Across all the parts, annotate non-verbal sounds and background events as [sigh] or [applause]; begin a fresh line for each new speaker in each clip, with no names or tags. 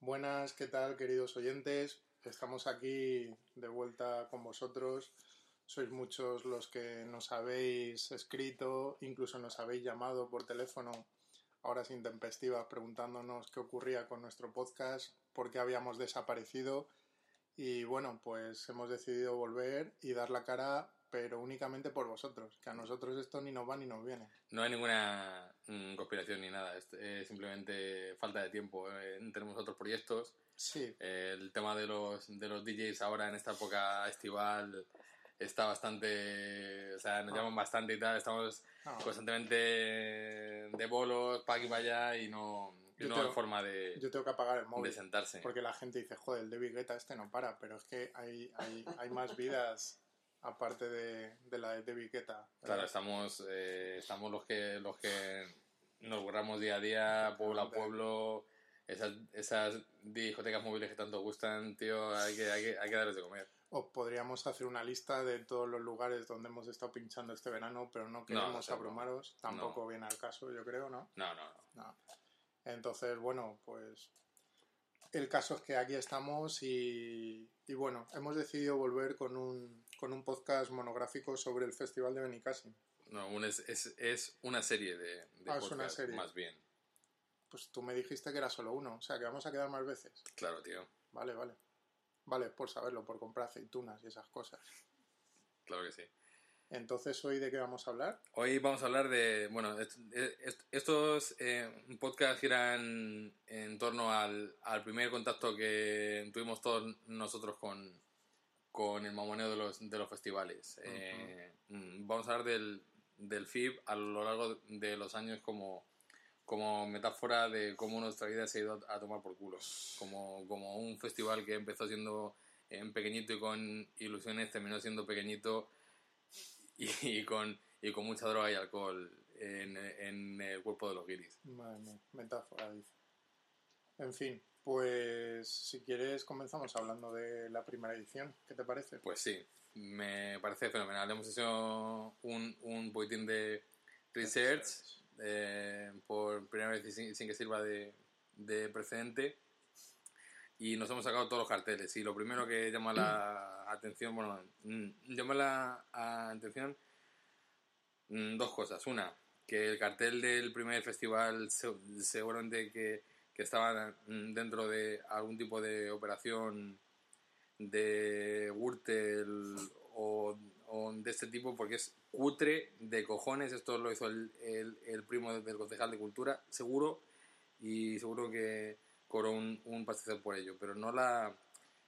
Buenas, ¿qué tal queridos oyentes? Estamos aquí de vuelta con vosotros. Sois muchos los que nos habéis escrito, incluso nos habéis llamado por teléfono a horas intempestivas preguntándonos qué ocurría con nuestro podcast, por qué habíamos desaparecido. Y bueno, pues hemos decidido volver y dar la cara, pero únicamente por vosotros, que a nosotros esto ni nos va ni nos viene.
No hay ninguna mm, conspiración ni nada, es, es simplemente falta de tiempo. eh, tenemos otros proyectos.
Sí,
Eh, el tema de los, de los DJs ahora en esta época estival está bastante... O sea, nos llaman bastante y tal. Estamos
no,
constantemente de bolos, pa' aquí, pa' allá y no, y
Yo
no
te-
hay forma de,
yo tengo que apagar el
de
móvil.
sentarse.
Porque la gente dice, joder, el David Guetta este no para, pero es que hay, hay, hay más vidas aparte de, de la de David Guetta.
Claro, estamos, eh, estamos los que los que nos borramos día a día, pueblo a pueblo. Esas, esas discotecas móviles que tanto gustan, tío, hay que, hay que, hay que darles de comer.
O podríamos hacer una lista de todos los lugares donde hemos estado pinchando este verano, pero no queremos
hacerlo.
abrumaros. Tampoco viene al caso, yo creo, ¿no?
No, no, no.
No. Entonces, bueno, pues el caso es que aquí estamos y, y bueno, hemos decidido volver con un, con un podcast monográfico sobre el Festival de Benicassim.
No, un- es, es, es una serie de, de
Ah, es una
podcast,
serie.
más bien.
Pues tú me dijiste que era solo uno, o sea que vamos a quedar más veces.
Claro, tío.
Vale, vale. Vale, por saberlo, por comprar aceitunas y esas cosas.
Claro que sí.
Entonces, ¿hoy de qué vamos a hablar?
Hoy vamos a hablar de, bueno, est- est- estos eh, podcasts giran en torno al, al primer contacto que tuvimos todos nosotros con, con el mamoneo de los, de los festivales. Eh, mm, vamos a hablar del, del FIB a lo largo de los años como, como metáfora de cómo nuestra vida se ha ido a, a tomar por culo. Como, como un festival que empezó siendo en pequeñito y con ilusiones terminó siendo pequeñito y, y con, y con mucha droga y alcohol en, en el cuerpo de los guiris.
Madre mía, metáfora, dice. En fin, pues si quieres comenzamos hablando de la primera edición. ¿Qué te parece?
Pues sí, me parece fenomenal. Hemos hecho un, un boletín de research eh, por primera vez y sin, sin que sirva de, de precedente. Y nos hemos sacado todos los carteles. Y lo primero que llama la atención, bueno, mm, llama la a- atención mm, dos cosas. Una, que el cartel del primer festival se- seguramente que, que estaba mm, dentro de algún tipo de operación de Gürtel o, o de este tipo porque es cutre de cojones. Esto lo hizo el, el- el primo del concejal de cultura, seguro, y seguro que cobró un, un pastizal por ello, pero no la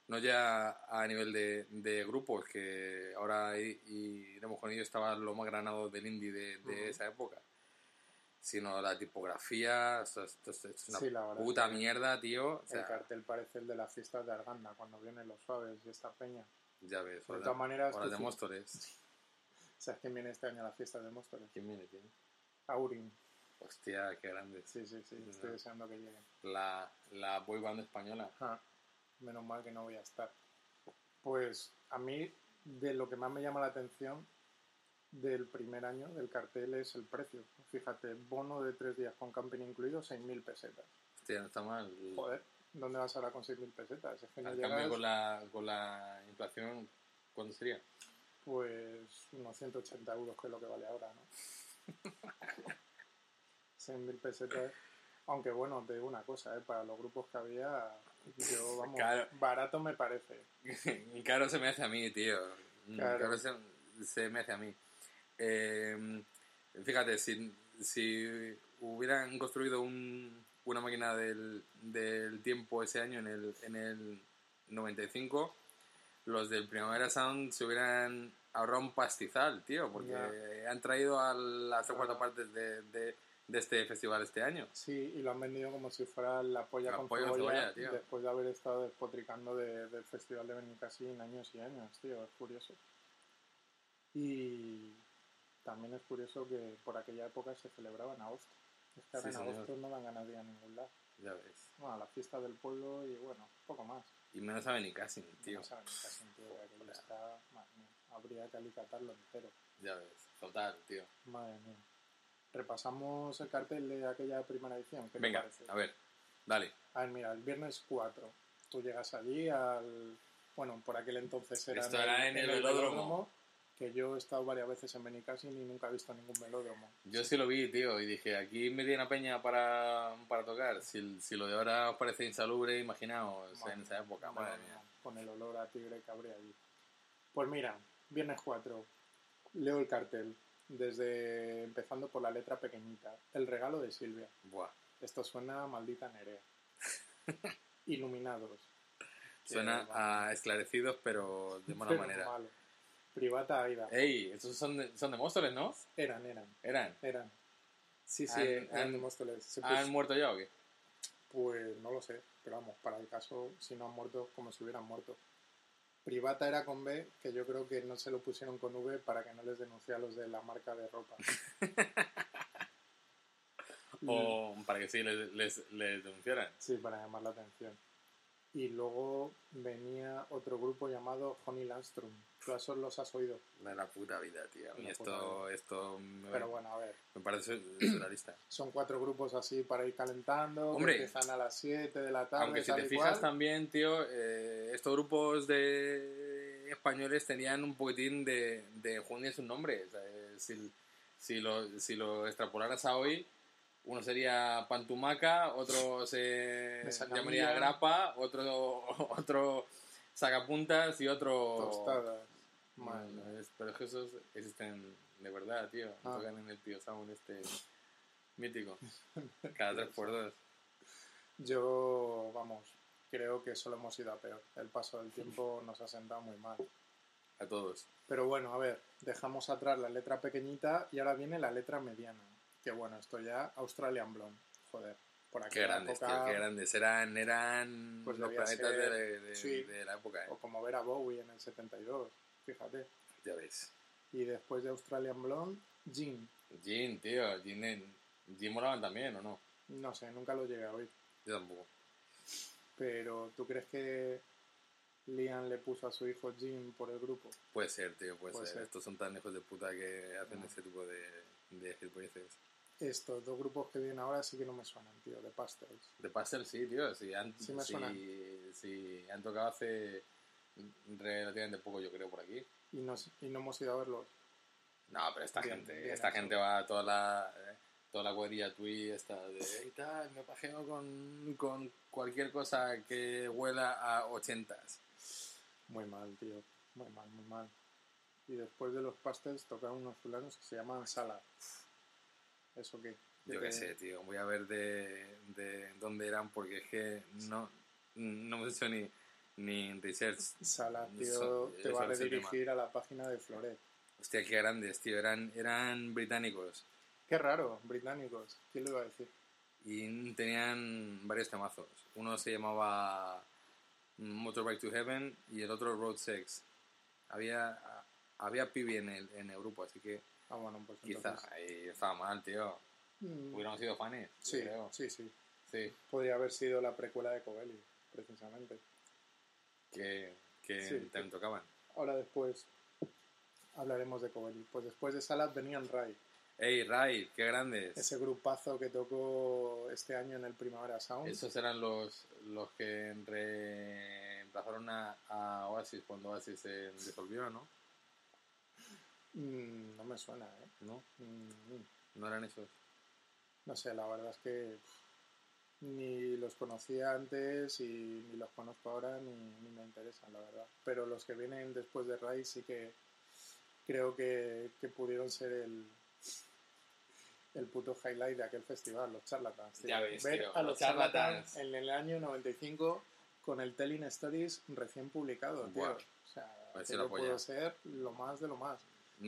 no ya a nivel de, de grupos que ahora i- iremos con ello estaba lo más granado del indie de, de
Ujú.
esa época sino la tipografía o sea, esto, es- esto es una
Sí, la verdad
puta
es que
mierda tío O
el
sea,
cartel parece el de las fiestas de Arganda, cuando vienen los suaves y esta peña.
ya ves
De
hola-
todas maneras, pues,
hola
tú
de
fi-
Móstoles
¿sabes quién viene este año a las fiestas de Móstoles?
¿Quién viene, tío?
Aurin.
Hostia, qué grande.
Sí, sí, sí, estoy
No.
deseando que lleguen.
La, la boy band española.
Ah, menos mal que no voy a estar. Pues a mí, de lo que más me llama la atención del primer año del cartel es el precio. Fíjate, bono de tres días con camping incluido, 6.000 pesetas.
Hostia, no está mal.
Joder, ¿dónde vas ahora con 6.000 pesetas? Es que no
Al
llegas,
cambio con la, con la inflación, ¿cuánto sería?
pues, unos 180 euros, que es lo que vale
[laughs]
ahora, ¿no? 6.000 pesetas. Aunque bueno, te digo una cosa, ¿eh? para los grupos que había, yo, vamos,
Claro.
barato me parece.
[laughs] Caro se me hace a mí, tío. Mm,
Claro.
Caro se, se me hace a mí. Eh, fíjate, si, si hubieran construido un- una máquina del, del tiempo ese año, en el, en el 95, los del Primavera Sound se hubieran ahorrado un pastizal, tío, porque han traído a las tres cuartas partes de, de- de este festival este año.
Sí, y lo han vendido como si fuera la polla
La
con
polla con
cebolla,
cebolla, tío.
después de haber estado despotricando de- del Festival de Benicassin años y años, tío, es curioso. Y también es curioso que por aquella época se celebraba en agosto. Es que ahora
Sí,
en
señor.
agosto no dan ganas de ir a ningún lado.
Ya ves.
Bueno, a la fiesta del pueblo y bueno, poco más.
Y menos saben ni casi, tío.
No saben ni casi, tío, que aquello está... madre mía, habría que alicatarlo entero.
Ya ves. Total, tío.
Madre mía. Repasamos el cartel de aquella primera edición, ¿qué te
Venga,
parece?
a ver, dale.
A ver, Ah, mira, el viernes 4, tú llegas allí al... Bueno, por aquel entonces era,
Esto era en el velódromo.
que yo he estado varias veces en Benicassin y nunca he visto ningún velódromo.
Yo sí lo vi, tío, y dije, aquí me tiene peña para, para tocar. Si, si lo de ahora os parece insalubre, imaginaos
Madre
Pues en esa época, madre mía.
Con el olor a tigre que habría allí. Pues mira, viernes 4. Leo el cartel. Desde empezando por la letra pequeñita. El regalo de Silvia.
Buah,
Esto suena a maldita
[laughs]
nerea. Iluminados.
suena
Eh,
a esclarecidos, pero de buena
pero
manera. Eh.
malo. Privata Aida.
Ey, estos son de, son de Móstoles, ¿no?
Eran, eran,
Eran.
eran. Sí, sí,
Han-
eran
han-
de Móstoles. Se
¿Han
pus-
muerto ya o qué?
Pues no lo sé, pero vamos, para el caso, si no han muerto, como si hubieran muerto. Privata era con B, que yo creo que no se lo pusieron con V para que no les denuncie a los de la marca de
[laughs]
ropa.
Mm.
Y-
O para que sí les, les, les denunciaran.
Sí, para llamar la atención. Y luego venía otro grupo llamado Honey Landstrom. Tú a esos los has oído.
De la puta vida, tío. A mí
La
esto,
puta
esto me,
Pero bueno, a ver,
me parece [clears throat] surrealista.
son cuatro grupos así para ir calentando. que
Hombre.
empiezan a las 7 de la tarde.
Aunque si
tal
te
y
fijas
cual.
también, tío, eh, estos grupos de españoles tenían un poquitín de, de junio en sus nombres. Eh, si, si, lo, si lo extrapolaras a hoy, uno sería Pantumaca, otro se
Mesacamilla.
llamaría Grapa, otro, [laughs] otro Sacapuntas y otro...
Tostadas.
Mm.
Madre mía.
Bueno, es- pero es que esos existen de verdad, tío.
Ah.
Tocan en el tío Sound este mítico. Cada tres por dos.
Yo, vamos, creo que solo hemos ido a peor. El paso del tiempo nos ha sentado muy mal.
A todos.
Pero bueno, a ver, dejamos atrás la letra pequeñita y ahora viene la letra mediana. Que bueno, esto ya Australian Blonde. Joder, por aquí
Qué grandes, tío, qué grandes. este, Eran, eran
Pues
los
debía
planetas
ser-
de, de-
sí.
de la época, ¿eh?
O como ver a Bowie en el 72, fíjate.
Ya ves.
Y después de Australian Blonde, Jean.
Jin, tío, Jin, en- Jin molaban también, ¿o no?
No sé, nunca lo llegué a oír.
Yo tampoco.
Pero, ¿tú crees que Liam le puso a su hijo Jean por el grupo?
Puede ser, tío, puede,
Puede
ser.
ser.
Estos son tan hijos de puta que hacen
No.
ese tipo de, de gilipolleces.
Estos dos grupos que vienen ahora sí que no me suenan, tío, de Pastels.
De Pastel sí, tío. Sí, han,
Sí me
sí-
suena.
sí, han tocado hace relativamente poco, yo creo, por aquí.
Y no, y no hemos ido a verlos.
No, pero esta
Bien,
gente,
bien
esta
hecho.
gente va a toda la, eh, toda la cuadrilla tui esta de y tal, me pajeo con, con cualquier cosa que huela a ochentas.
Muy mal, tío. Muy mal, muy mal. Y después de los pastes tocaron unos fulanos que se llaman Sala. ¿Eso qué?
Yo
te-
qué sé, tío, voy a ver de, de dónde eran porque es que no, no hemos hecho ni, ni research.
Sala, tío,
Eso-
te va a
eso es el
redirigir a la página de Floret.
Hostia, qué grandes, tío, eran, eran británicos
Qué raro, británicos. ¿Quién lo iba a decir?
y tenían varios temazos. Uno se llamaba Motorbike to Heaven y el otro Road Sex. Había, había pibi en el, en el grupo, así que
Ah, bueno, pues
Quizá,
entonces...
ahí estaba mal, tío.
Mm,
Hubiéramos sido fans, sí.
sí,
creo.
sí, sí.
Sí,
Podría haber sido la precuela de Covelli, precisamente.
que, que
Sí,
también tocaban.
Ahora después hablaremos de Covelli. Pues después de Sala venían Rai,
¡Ey, Ray! ¡Qué grandes!
ese grupazo que tocó este año en el Primavera Sound.
Esos eran los, los que reemplazaron a, a Oasis cuando Oasis se disolvió, ¿no?
Mm, no me suena, ¿eh?
¿No?
Mm,
¿No eran esos?
No sé, la verdad es que pff, ni los conocía antes y ni los conozco ahora ni, ni me interesan, la verdad. Pero los que vienen después de Rai sí que creo que, que pudieron ser el, el puto highlight de aquel festival, los charlatans. tío.
Ya ves,
Ver
tío,
a
los
los charlatans.
Charlatans.
en el año 95 con el Telling Stories recién publicado, tío.
Buah.
O sea,
Pues sí
aquello
lo apoya.
pudo ser lo más de lo más.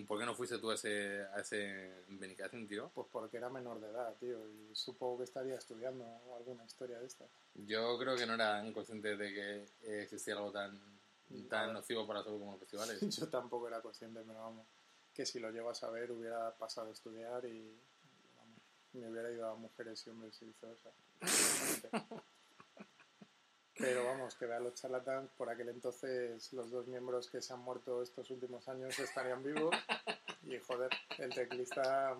¿Por qué no fuiste tú a ese, a ese Benicassin, tío?
Pues porque era menor de edad, tío, y supongo que estaría estudiando alguna historia de estas.
Yo creo que no eran conscientes de que eh, existía algo tan, tan
Nada.
nocivo para la salud como los festivales.
[laughs]
[laughs]
Yo tampoco era consciente, pero vamos, que si lo llego a saber hubiera pasado a estudiar y vamos, me hubiera ido a mujeres y hombres y viceversa. [laughs] Pero vamos, que vean los charlatans, por aquel entonces los dos miembros que se han muerto estos últimos años estarían vivos y joder, el teclista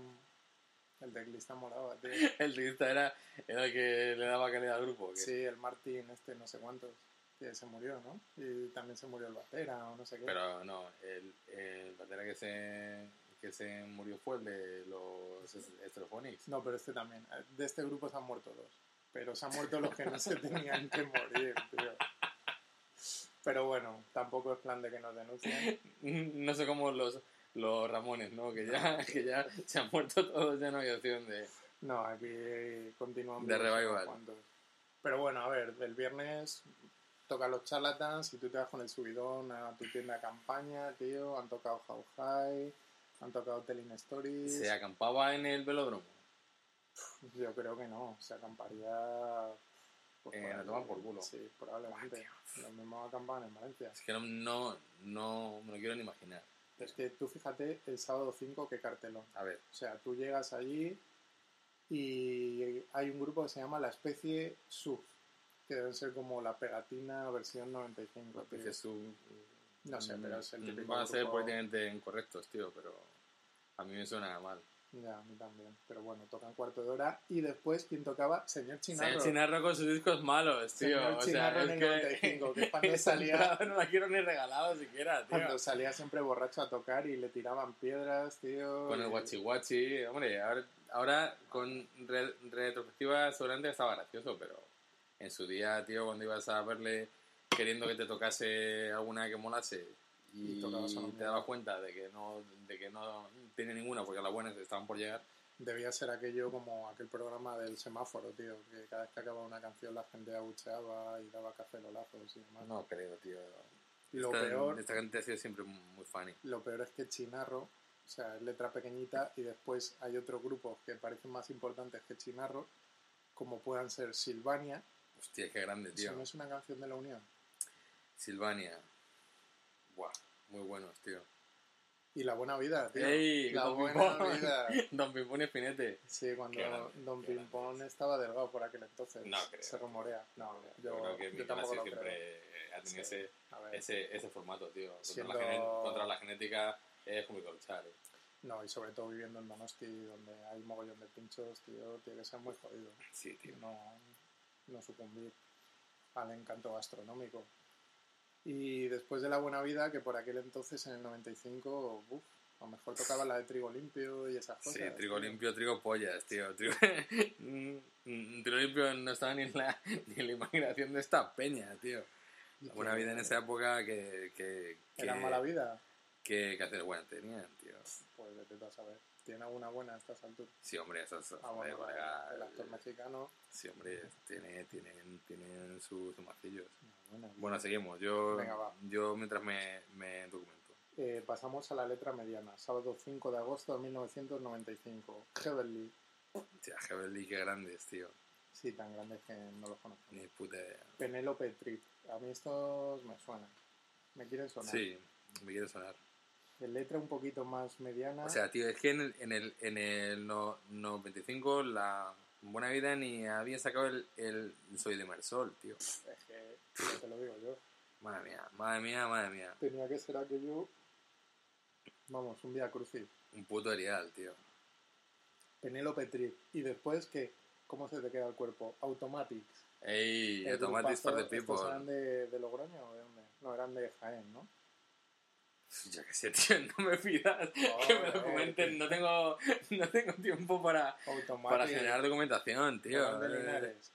El teclista molaba, tío.
El teclista era, era el que le daba calidad al grupo. ¿o qué?
Sí, el Martín, este, no sé cuántos. que se murió, ¿no? Y también se murió el Batera o no sé qué.
Pero no, el, el batera que se, que se murió fue el de los Stereophonics.
No, pero este también. De este grupo se han muerto dos. Pero se han muerto los que no se tenían que morir, tío. Pero bueno, tampoco es plan de que nos denuncien.
[laughs] No sé cómo los, los Ramones, ¿no? Que ya, [laughs] que ya se han muerto todos, ya no hay opción de...
No, aquí continuamos.
De revival.
Pero bueno, a ver, el viernes toca los charlatans y tú te vas con el subidón a tu tienda de campaña, tío. Han tocado How High, han tocado Telling Stories.
Se acampaba en el velódromo.
Yo creo que no, se acamparía. pues,
Eh,
por
la
ahí.
toman por culo.
Sí, probablemente. Los mismos acampan en Valencia.
Es que no, no, no me lo quiero ni imaginar.
Es que tú fíjate el sábado 5 que cartelón.
A ver,
O sea, tú llegas allí y hay un grupo que se llama La Especie Sub, que deben ser como la pegatina versión 95.
la
tío.
especie sub...
No sé, pero es el
Mm,
típico
Van a ser
grupo-
políticamente incorrectos, tío, pero a mí me suena mal.
Ya, a mí también. Pero bueno, tocan cuarto de hora. Y después, quien tocaba? Señor Chinarro.
Señor Chinarro con sus discos malos, tío.
Señor
o sea,
Chinarro
es
en el
que- [laughs]
95, que cuando salía-
No la quiero ni regalado siquiera, tío.
Cuando salía siempre borracho a tocar y le tiraban piedras, tío.
Con el
y-
guachi guachi, hombre, ahora, ahora con re- retrospectiva seguramente estaba gracioso, pero en su día, tío, cuando ibas a verle queriendo que te tocase alguna que molase y,
Y tocabas a la
te
mierda.
dabas cuenta de que no de que no tiene ninguna porque las buenas estaban por llegar,
Debía ser aquello como aquel programa del semáforo, tío. Que cada vez que acababa una canción la gente abucheaba y daba cacerolazos y demás.
no creo, tío.
y lo
esta,
peor,
esta gente ha sido siempre muy funny.
lo peor es que Chinarro, o sea, es letra pequeñita y después hay otros grupos que parecen más importantes que Chinarro, como puedan ser Silvania.
Hostia, qué grande, tío.
Eso no es una canción de la Unión.
Silvania. Buah, muy buenos, tío.
Y la buena vida, tío.
Ey,
la
Don
buena
Pimpón.
vida.
[laughs] Don Pimpón y Espinete.
Sí, cuando
Qué grande,
Don
qué grande.
Pimpón estaba delgado por aquel entonces.
No creo.
Se rumorea. No, yo,
creo que
yo
Miguel
tampoco
Ángel
lo
siempre
creo.
ha tenido
Sí.
ese,
A ver,
ese, ese formato, tío. Contra,
Siendo-
la, gene- contra la genética es complicado luchar. eh.
no, y sobre todo viviendo en Donosti, donde hay mogollón de pinchos, tío, tiene que ser muy jodido.
Sí, tío.
no, no sucumbir al encanto gastronómico. Y después de La Buena Vida, que por aquel entonces, en el 95, uf, a lo mejor tocaba la de trigo limpio y esas
Sí,
cosas.
trigo limpio, trigo pollas, tío. Trigo, Mm, mm, [laughs] trigo limpio no estaba ni en, la, [laughs] ni en la imaginación de esta peña, tío.
Y
Una
que
vida en esa época que... que, que
¿Era mala vida?
Que, que hacer buena tenían, tío.
Pues vete tú a saber. ¿Tiene alguna buena a estas alturas?
Sí, hombre, eso es...
Ah, bueno,
eh,
la- el
eh,
actor mexicano.
Sí, hombre, tiene, tienen, tienen sus macillos.
Buena.
Bueno, seguimos. Yo,
Venga, va.
yo mientras me, me documento.
Eh, pasamos a la letra mediana. Sábado 5 de agosto de 1995. Heavenly.
Hostia, Heavenly, qué grandes, tío.
Sí, tan grande que no los conozco.
Ni puta idea.
Penélope Trip. A mí estos me suenan. Me quieren sonar.
Sí, me quiere sonar.
De letra un poquito más mediana.
O sea, tío, es que en el, en el, en el no- 95 la Buena Vida ni había sacado el, el Soy de Marsol, tío.
es que ya te lo digo yo.
Madre mía, madre mía, madre mía.
Tenía que ser aquello. Vamos, un día crucis.
Un puto erial, tío.
Penélope Trip. Y después, ¿qué? ¿Cómo se te queda el cuerpo? Automatics.
Ey,
El
Automatics for
grupazo,
the
¿Estos
People.
eran de, de Logroño o de dónde? No, eran de Jaén, ¿no?
Yo qué sé, tío, [laughs] no me pidas [laughs] que me
Joder, eh.
documenten. No tengo, [laughs] no tengo tiempo para,
Automatics.
para generar documentación, tío.
eran de Linares.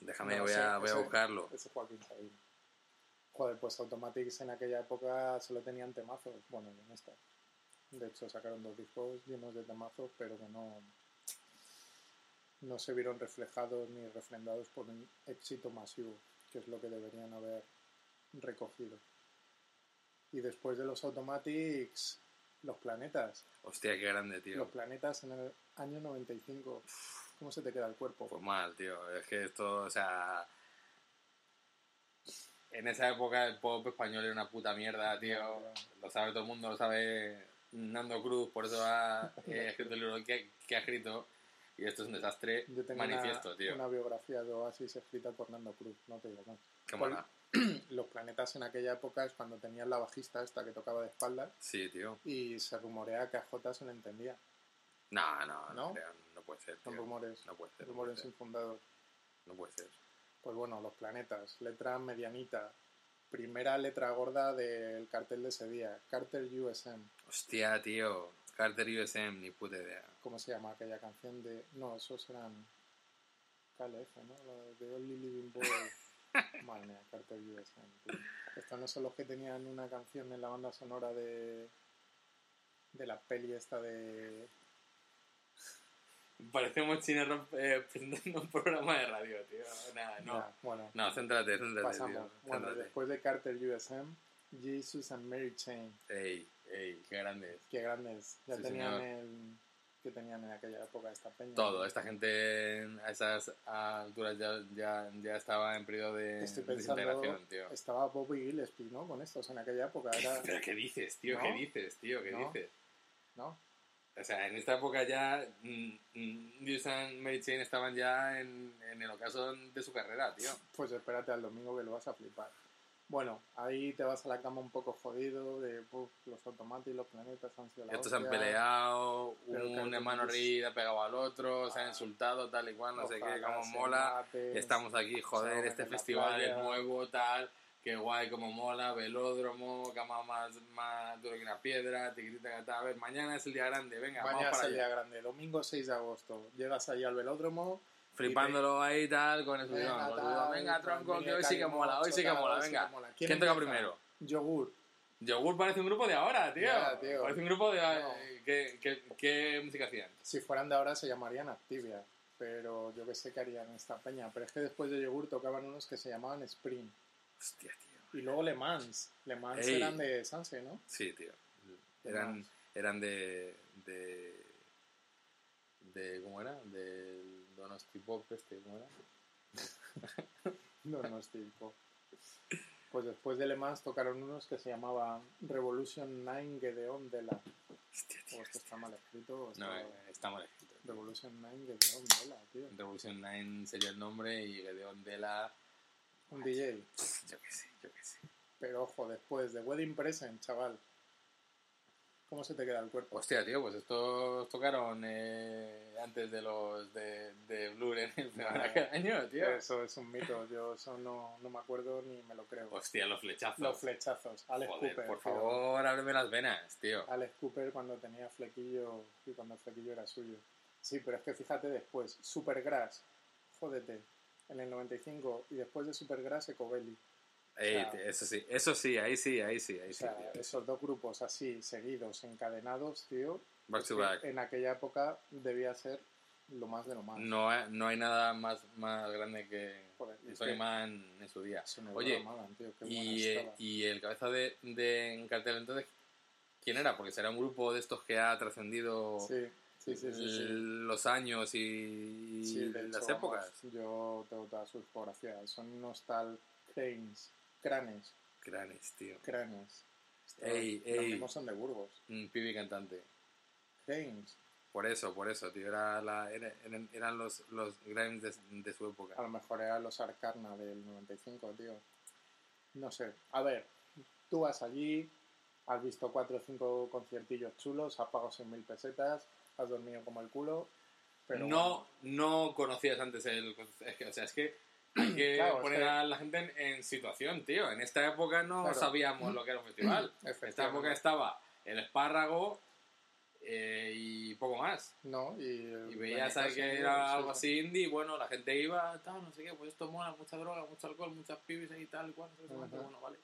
Déjame,
No
voy,
sé,
a,
no
voy a
sé.
buscarlo.
Ese Joaquín Sabina. Joder, pues Automatics en aquella época solo tenían temazos. Bueno, y en esta. De hecho, sacaron dos discos llenos de temazos, pero que no, no se vieron reflejados ni refrendados por un éxito masivo, que es lo que deberían haber recogido. Y después de los Automatics, los planetas.
Hostia, qué grande,
Los
tío.
planetas en el año 95. ¿Cómo se te queda el cuerpo?
Pues mal, tío. Es que esto, o sea. En esa época el pop español era una puta mierda, tío. Lo sabe todo el mundo, lo sabe Nando Cruz, por eso
[laughs]
ha eh, escrito el libro que, que ha escrito. Y esto es un desastre
Yo tengo
manifiesto,
una,
tío.
una biografía de Oasis escrita por Nando Cruz, no te digo más.
Qué mala.
Los planetas en aquella época es cuando tenían la bajista esta que tocaba de espaldas
Sí, tío.
y se rumorea que a J se le entendía.
No, no, no,
¿No?
creo, no puede ser. tío.
Son rumores,
No puede ser. No puede
rumores
ser.
infundados.
No puede ser.
Pues bueno, los planetas, letra medianita, primera letra gorda del cartel de ese día, Carter USM.
Hostia, tío. Carter USM, ni puta idea.
¿Cómo se llama aquella canción de.? No, esos eran. KLF, ¿no? La de The Only Living
[laughs]
Boy. Madre mía, Carter USM. tío. Estos no son los que tenían una canción en la banda sonora de. de la peli esta de.
Parecemos chinos rom- eh, [laughs] presentando un programa de radio, tío. Nada, no.
Nah, bueno,
No, céntrate, céntrate,
pasamos.
tío.
Bueno,
Céntrate.
después de Carter USM, Jesus and Mary Chain.
Ey, ey, qué grande es.
Qué grandes. Ya
Sí,
tenían
señor.
el. que tenían en aquella época esta peña.
Todo, esta gente en- a esas alturas ya, ya, ya estaba en periodo de
Estoy pensando-
desintegración, tío.
Estaba Bobby Gillespie, ¿no? Con estos en aquella época.
[laughs]
Era,
¿Pero qué dices, tío? ¿Qué
¿No?
dices, tío? ¿Qué
¿No?
dices?
¿No?
O sea, en esta época ya mm, mm, News and Mary Chain estaban ya en, en el ocaso de su carrera, tío.
Pues espérate al domingo que lo vas a flipar. Bueno, ahí te vas a la cama un poco jodido de "Buf, los automatas y los planetas han sido la
Estos se han
hostia".
peleado,
Pero
un
claro,
hermano
pues-
Reed ha pegado al otro, se han
Ah.
insultado, tal y cual, no sé qué,
Ojalá
cómo
se
mola.
maten.
Estamos aquí, joder,
ahogan
este
en la
festival
playa.
es nuevo, tal, qué guay, cómo mola, velódromo, cama más, más duro que una piedra, tiquitita, tal. A ver, mañana es el día grande, venga,
Mañana
vamos
es
para
el día
allá.
grande, domingo 6 de agosto. Llegas ahí al velódromo,
Flipándolo ahí, tal, con el
Venga,
subidón. con el subidón.
tal,
Venga,
con
tronco, que hoy
muñeca
sí que
y
mola, hoy sí que
mocho,
mola,
tal, hoy sí que
venga.
mola. ¿Quién
¿Quién toca
empieza?
primero?
yogur.
Yogur parece un grupo de ahora, tío.
Ya, tío.
Parece un grupo de... eh,
No.
¿Qué, qué, qué música hacían?
Si fueran de ahora se llamarían Activia, pero yo que sé qué harían esta peña. Pero es que después de yogur tocaban unos que se llamaban Spring.
Hostia, tío.
Y luego Le Mans. Le Mans
Ey.
eran de Sanse, ¿no?
Sí, tío.
Le
Eran,
Mans.
eran de, de... de... ¿Cómo era? Del Donosti Pop este, ¿cómo era?
No nos tiempo. Pues después de Le Mans tocaron unos que se llamaban Revolution 9 Gedeon de la.
Hostia,
O
tío.
esto está mal escrito. o está-
No, eh, está mal escrito.
Revolution 9 Gedeon de la, tío.
Revolution 9 sería el nombre y Gedeon de la...
Un DJ.
Yo qué sé, yo qué sé.
Pero ojo, después de Wedding Present, chaval. ¿Cómo se te queda el cuerpo?
Hostia, tío, pues estos tocaron eh, antes de los de, de Blur en el primer
Nah.
año, tío.
Eso es un mito. Yo eso no, no me acuerdo ni me lo creo.
Hostia, los flechazos.
Los flechazos. Alex
Joder,
Cooper.
por
tío.
favor, Ah, ábreme las venas, tío.
Alex Cooper cuando tenía flequillo y cuando el flequillo era suyo. Sí, pero es que fíjate después, Supergrass, jódete, en el 95 y después de Supergrass Ecobelly.
Ey,
o sea-
t- eso sí, eso sí, ahí sí, ahí sí, ahí
O
sí,
sea,
tío.
esos dos grupos así, seguidos, encadenados, tío,
Back to
que
back.
en aquella época debía ser lo más de lo más.
No, hay- no hay nada más, más grande que
Joder, es
Tony
que-
Man en su día.
Eso no
Oye,
lo amaban, tío, qué buena
Y, eh,
estaba.
y el cabeza de, de en cartel entonces, ¿quién era? Porque será un grupo de estos que ha trascendido
Sí, sí, sí, sí, sí.
los años y, y
Sí, de hecho,
las
vamos,
épocas.
yo tengo toda su discografía. Son unos tal cranes, cranes,
Cranes, tío.
cranes. Este,
Ey,
Los
ey.
mismos son de Burgos.
Un pibe cantante.
James,
Por eso, por eso, tío. Era la, era- eran, eran los, los Grimes de, de su época.
a lo mejor eran los Arcarna del 95, tío. No sé. A ver, tú vas allí, has visto cuatro o cinco conciertillos chulos, has pagado 6.000 pesetas, has dormido como el culo, pero
no, no conocías antes el. es que, o sea, es que hay
[clears throat]
que
Claro, es
poner
que-
a la gente en, en situación, tío. En esta época no
Claro.
sabíamos lo que era un
[clears throat]
festival.
bueno,
En esta época
efectivamente,
estaba el espárrago eh, y poco más.
No, y,
Y veías a que
sí,
era algo
sí.
así indie, y bueno, la gente iba, tal, no sé qué, pues esto mola, mucha droga, mucho alcohol, muchas pibes ahí, tal, cual, no sé qué,
Ajá.
cuánto, bueno, vale.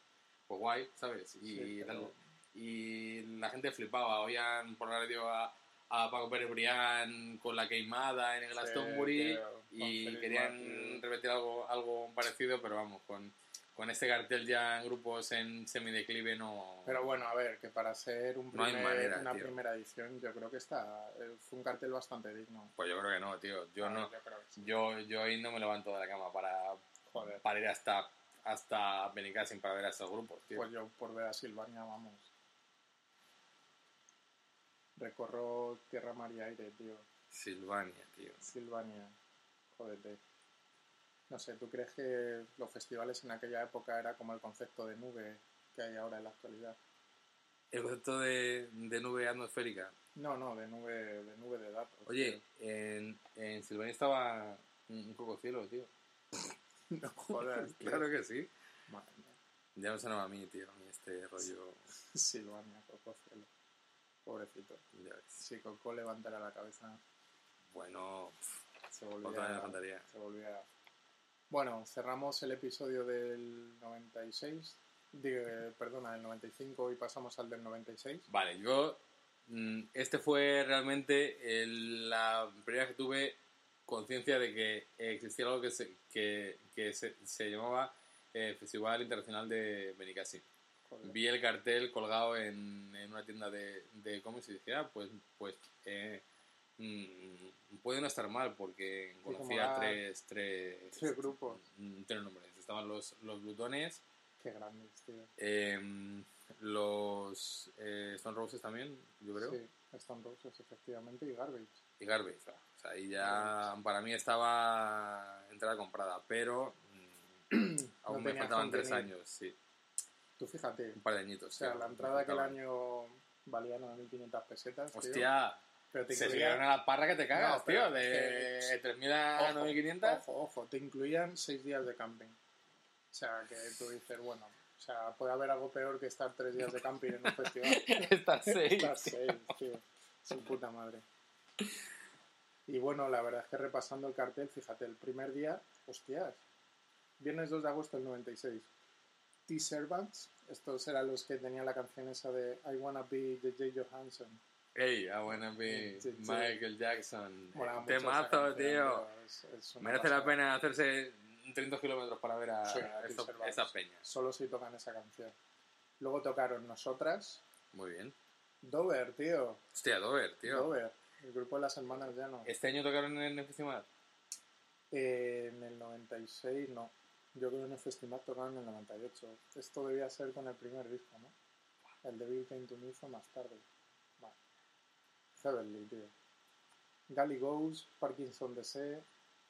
Pues guay, ¿sabes? Y,
Sí, pero-
tal. y la gente flipaba, oían por la radio a, a Paco Pérez Brián con la queimada en el Glastonbury
Sí, tío,
y
con
querían
Feliz Martí.
repetir algo, algo parecido, pero vamos, con, con este cartel ya en grupos en semideclive no...
Pero bueno, a ver, que para ser un
No hay
primer-
manera,
una
tío.
primera edición, yo creo que está, eh, fue un cartel bastante digno.
Pues yo creo que no, tío. Yo no,
Yo creo que sí.
yo, yo ahí no me levanto de la cama para,
Joder.
para ir hasta hasta Benicassin para ver a esos grupos, tío.
Pues yo por ver a Silvania, vamos. Recorro tierra, mar y aire, tío.
Silvania, tío.
Silvania, jódete. No sé, ¿tú crees que los festivales en aquella época era como el concepto de nube que hay ahora en la actualidad?
el concepto de, de nube atmosférica.
No, no, de nube de, nube de datos. [laughs]
Oye, en, en Silvania estaba un, un coco cielo, tío.
tío. No jodas, tío.
[laughs] Claro que sí.
Madre mía.
Ya me sonaba a mí, tío, a mí este rollo.
Silvania, Coco Cielo. Pobrecito.
ya ves.
Si Coco levantara la cabeza,
Bueno,
se
otra vez la
volviera.
fantasía.
Se volviera. Bueno, cerramos el episodio del 96. Digo, eh, perdona, del 95 y pasamos al del 96.
Vale, yo. mm, Este fue realmente el- la primera vez que tuve conciencia de que existía algo que se, que, que se, se llamaba eh, Festival Internacional de Benicassi.
Joder.
Vi el cartel colgado en, en una tienda de, de cómics y dije, ah, pues, pues eh, mm, puede no estar mal porque
como
conocía
va-
tres, tres,
tres grupos.
mm, tres nombres. Estaban los, los Plutones,
Qué grandes, tío.
em, los eh, Stone Roses también, yo creo.
Sí, Stone Roses, efectivamente, y Garbage.
y Garbage. O sea, ahí ya para mí estaba entrada comprada, pero
[clears throat]
mm, aún me
tenía
faltaban tres
contenido.
años, sí,
Tú fíjate,
un par de añitos.
o sea,
sí,
la
me
entrada aquel
faltaban.
año valía 9.500 pesetas. tío.
Hostia,
pero te
se
incluía-
llegaron a la parra que te cagas,
No, pero
tío, de
es que-
3.000 a
Ojo, [laughs]
9.500.
Ojo, ojo, te incluían seis días de camping. O sea, que tú dices, bueno, o sea, puede haber algo peor que estar tres días de camping en un festival.
[laughs]
[laughs]
Estas seis.
Estar seis, tío. Su puta madre. Y bueno, la verdad es que repasando el cartel, fíjate, el primer día, hostias, viernes 2 de agosto del 96. T-Servants, estos eran los que tenían la canción esa de I Wanna Be J.J. Johansson.
Hey, I wanna be
Sí, sí.
Michael Jackson.
Molaba mucho
Te
esa
mato,
canción,
tío.
Es- es una
Merece la
pasada.
pena hacerse 300 kilómetros para ver a
Sí, a
estos-
Tim Servais.
estas peñas.
Solo si tocan esa canción. Luego tocaron Nosotras,
Muy bien.
Dover, tío.
Hostia, Dover, tío.
Dover, el grupo de las hermanas ya no.
Este año tocaron en el festival.
Eh, en el 96, no. Yo creo que en el festival tocaron en el 98. Esto debía ser con el primer disco, ¿no? El de Bill Came to Me fue más tarde. Vale. Heavenly, tío. Gally Goes, Parkinson DC,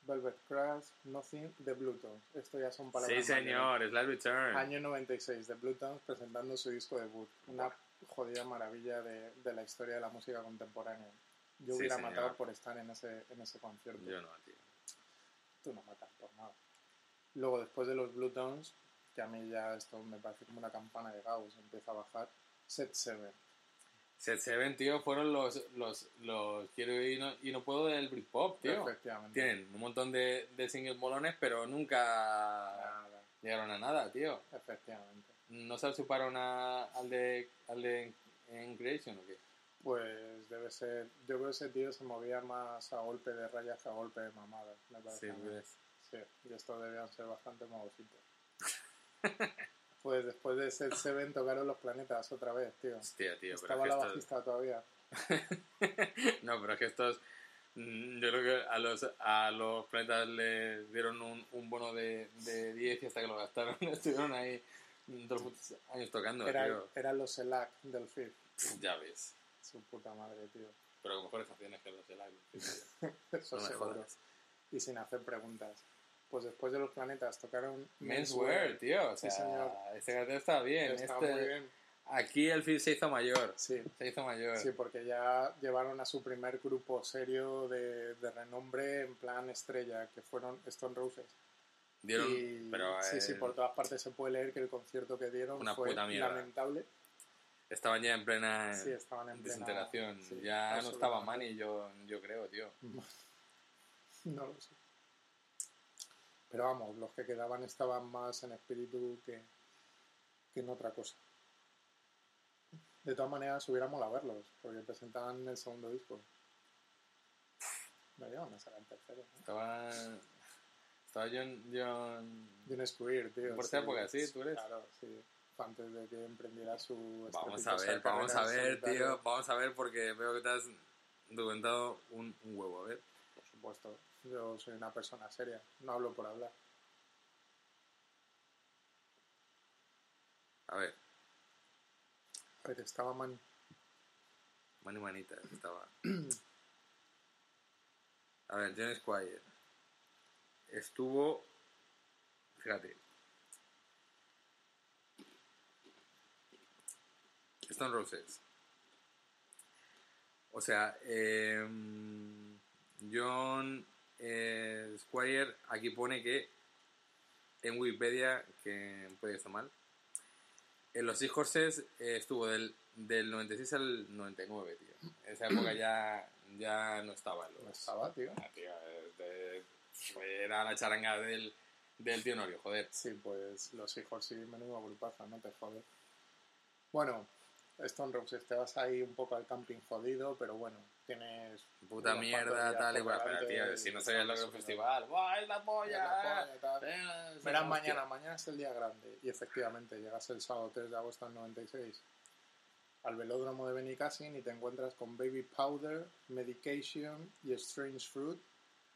Velvet Crash, Nothing, The Bluetooth. Esto ya son
Sí,
palabras. mayores.
señor, es la Return.
Año 96, The Blue Tones presentando su disco debut. Una jodida maravilla de, de la historia de la música contemporánea. Yo
Sí,
hubiera
señor.
matado por estar en ese, en ese concierto.
Yo no, tío.
Tú no matas por nada. Luego, después de los Blue Tones, que a mí ya esto me parece como una campana de Gauss, empieza a bajar. Set 7.
Set Seven, tío, fueron los, los, los quiero ir y no, y no puedo del Britpop, tío.
Efectivamente.
Tienen un montón de, de singles molones, pero nunca
Nada,
llegaron a nada, tío.
efectivamente.
¿No se suparon a, al de, al de en Creation o qué?
Pues debe ser. Yo creo que ese tío se movía más a golpe de rayas que a golpe de mamadas. Me parece. a mí.
pues.
Sí, y estos debían ser bastante modositos. [laughs] pues después de Set 7 tocaron los planetas otra vez, tío.
Hostia, tío, pero
Estaba la
es que estos...
bajista todavía.
No, pero es que estos... mm, Yo creo que a los, a los planetas les dieron un, un bono de, de 10 y hasta que lo gastaron [laughs] estuvieron ahí mm, todos los putos años tocando,
Eran,
tío.
eran los ELAC del FIF.
Ya ves.
Su puta madre, tío.
Pero con mejores canciones que los del álbum.
Eso
No me
seguro.
jodas.
Y sin hacer preguntas. Pues después de los planetas tocaron
Menswear, tío. O
Sí,
sea,
señor.
este cartel está bien.
Está
este- Eh.
muy bien.
Aquí el film se hizo mayor.
Sí.
Se hizo mayor.
Sí, porque ya llevaron a su primer grupo serio de, de renombre en plan estrella, que fueron Stone Roses.
Dieron,
Y-
pero
sí,
eh,
sí, por todas partes se puede leer que el concierto que dieron
Una
fue
puta mierda.
lamentable.
estaban ya en plena
Sí, estaban en plena-
desintegración.
sí,
ya no
absolutamente.
estaba Manny, yo, yo creo, tío.
No lo sé. Pero vamos, los que quedaban estaban más en espíritu que, que en otra cosa. De todas maneras, hubiera molado verlos, porque presentaban el segundo disco. No llegaban a sacar el tercero. ¿no?
Estaba, estaba John, John...
John Squeer, tío.
Por esa época, sí, ¿tú crees?
Claro, sí. Antes de que emprendiera su.
Vamos
estrepitosa
a ver, vamos a
carrera en
ver,
solitario.
tío. Vamos a ver porque veo que te has documentado un, un huevo. A ver.
Por supuesto, yo soy una persona seria, no hablo por hablar.
A ver.
Pero estaba man.
Mani Manita estaba. A ver, John Squire. Estuvo. Fíjate. Stone Roses. O sea, eh, John eh, Squire aquí pone que en Wikipedia, que puede estar mal, en los Seahorses eh, estuvo del, del 96 al 99, tío. En esa época ya, ya no estaba. Los,
No estaba, tío.
Ah, tío, eh, de- era la charanga del, del tío Norio, joder.
Sí, pues los hijos sí, menudo grupazo, no te jodes. Bueno, Stone Roses, te vas ahí un poco al camping jodido, pero bueno, tienes...
Puta
Unos
mierda,
cuantos
tal y
días por
cual. Pero,
delante
tío, si no sabías lo que era un
y-
festival, ¡buah, es la polla!
la polla, tal.
Eh, es
Verás
una
mañana, mañana es el día grande. Y efectivamente, llegas el sábado 3 de agosto del 96 al velódromo de Benicassin y te encuentras con Baby Powder, Medication y Strange Fruit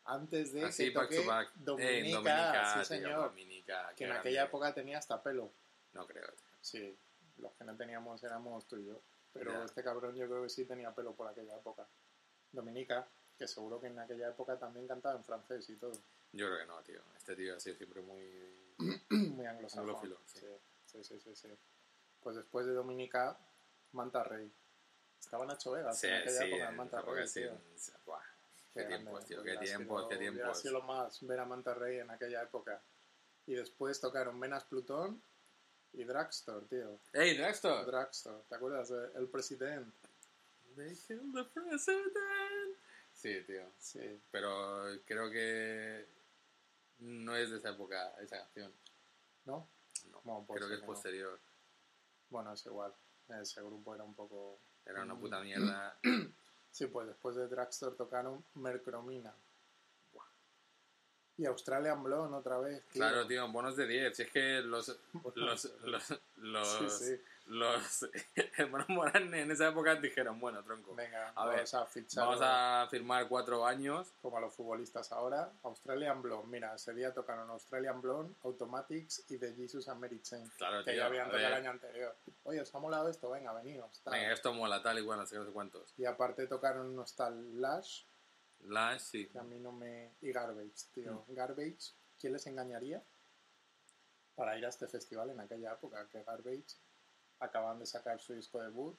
antes de
Así,
que
back
toque
to back.
Dominica,
Eh, en Dominica,
sí
tío,
señor,
Dominica,
que
qué
en
grande.
aquella época tenía hasta pelo.
No creo. tío.
Sí, los que no teníamos éramos tú y yo. Pero
Ya.
este cabrón yo creo que sí tenía pelo por aquella época. Dominica, que seguro que en aquella época también cantaba en francés y
[clears throat]
todo.
Yo creo que no, tío. Este tío ha sido siempre muy.
[clears throat] Muy anglosajón.
Anglófilo, sí.
sí. Sí, sí, sí, sí. Pues después de Dominica, Manta Rey. Estaba Nacho Vega
Sí,
en aquella
sí,
época
en
de Manta
esa época
Rey.
sí,
tío.
sí, buah, Qué
grande,
tiempos, tío, qué
hubiera
tiempos,
sido-
qué
hubiera
tiempos.
sido lo más ver a Manta Rey en aquella época. Y después tocaron Venas Plutón y Dragstore, tío.
¡Ey, Dragstore!
Dragstore, ¿te acuerdas? de El Presidente.
They killed the president. Sí, tío.
Sí.
Pero creo que. No es de esa época esa canción.
¿No?
No.
Bueno, pues
creo
sí
que es
que no.
posterior.
Bueno, es igual. Ese grupo era un poco...
Era una
Mm. [clears throat]
puta mierda.
Sí, pues después de Dragstore tocaron Mercromina. Buah. Y Australian Blonde otra vez. tío. [laughs]
Claro, tío, bonos de 10. Si es que los. Los. Los.
Sí,
Los.
sí.
los [laughs] hermanos Morán en esa época dijeron: bueno, tronco.
Venga,
A
vamos a fichar
Vamos a firmar cuatro años.
como a los futbolistas ahora. Australian Blonde. Mira, ese día tocaron Australian Blonde, Automatics y The Jesus and Mary Chain.
Claro,
Que
tío.
ya habían
a
tocado el
ver,
año anterior. Oye, ¿os ha molado esto? Venga, venidos. tal.
venga, esto mola tal y bueno, no sé qué, no sé cuántos.
Y aparte tocaron unos tal Lash,
Lash, sí.
que a mí no me... Y Garbage, tío.
Mm.
Garbage, ¿quién les engañaría para ir a este festival en aquella época? Que Garbage acaban de sacar su disco debut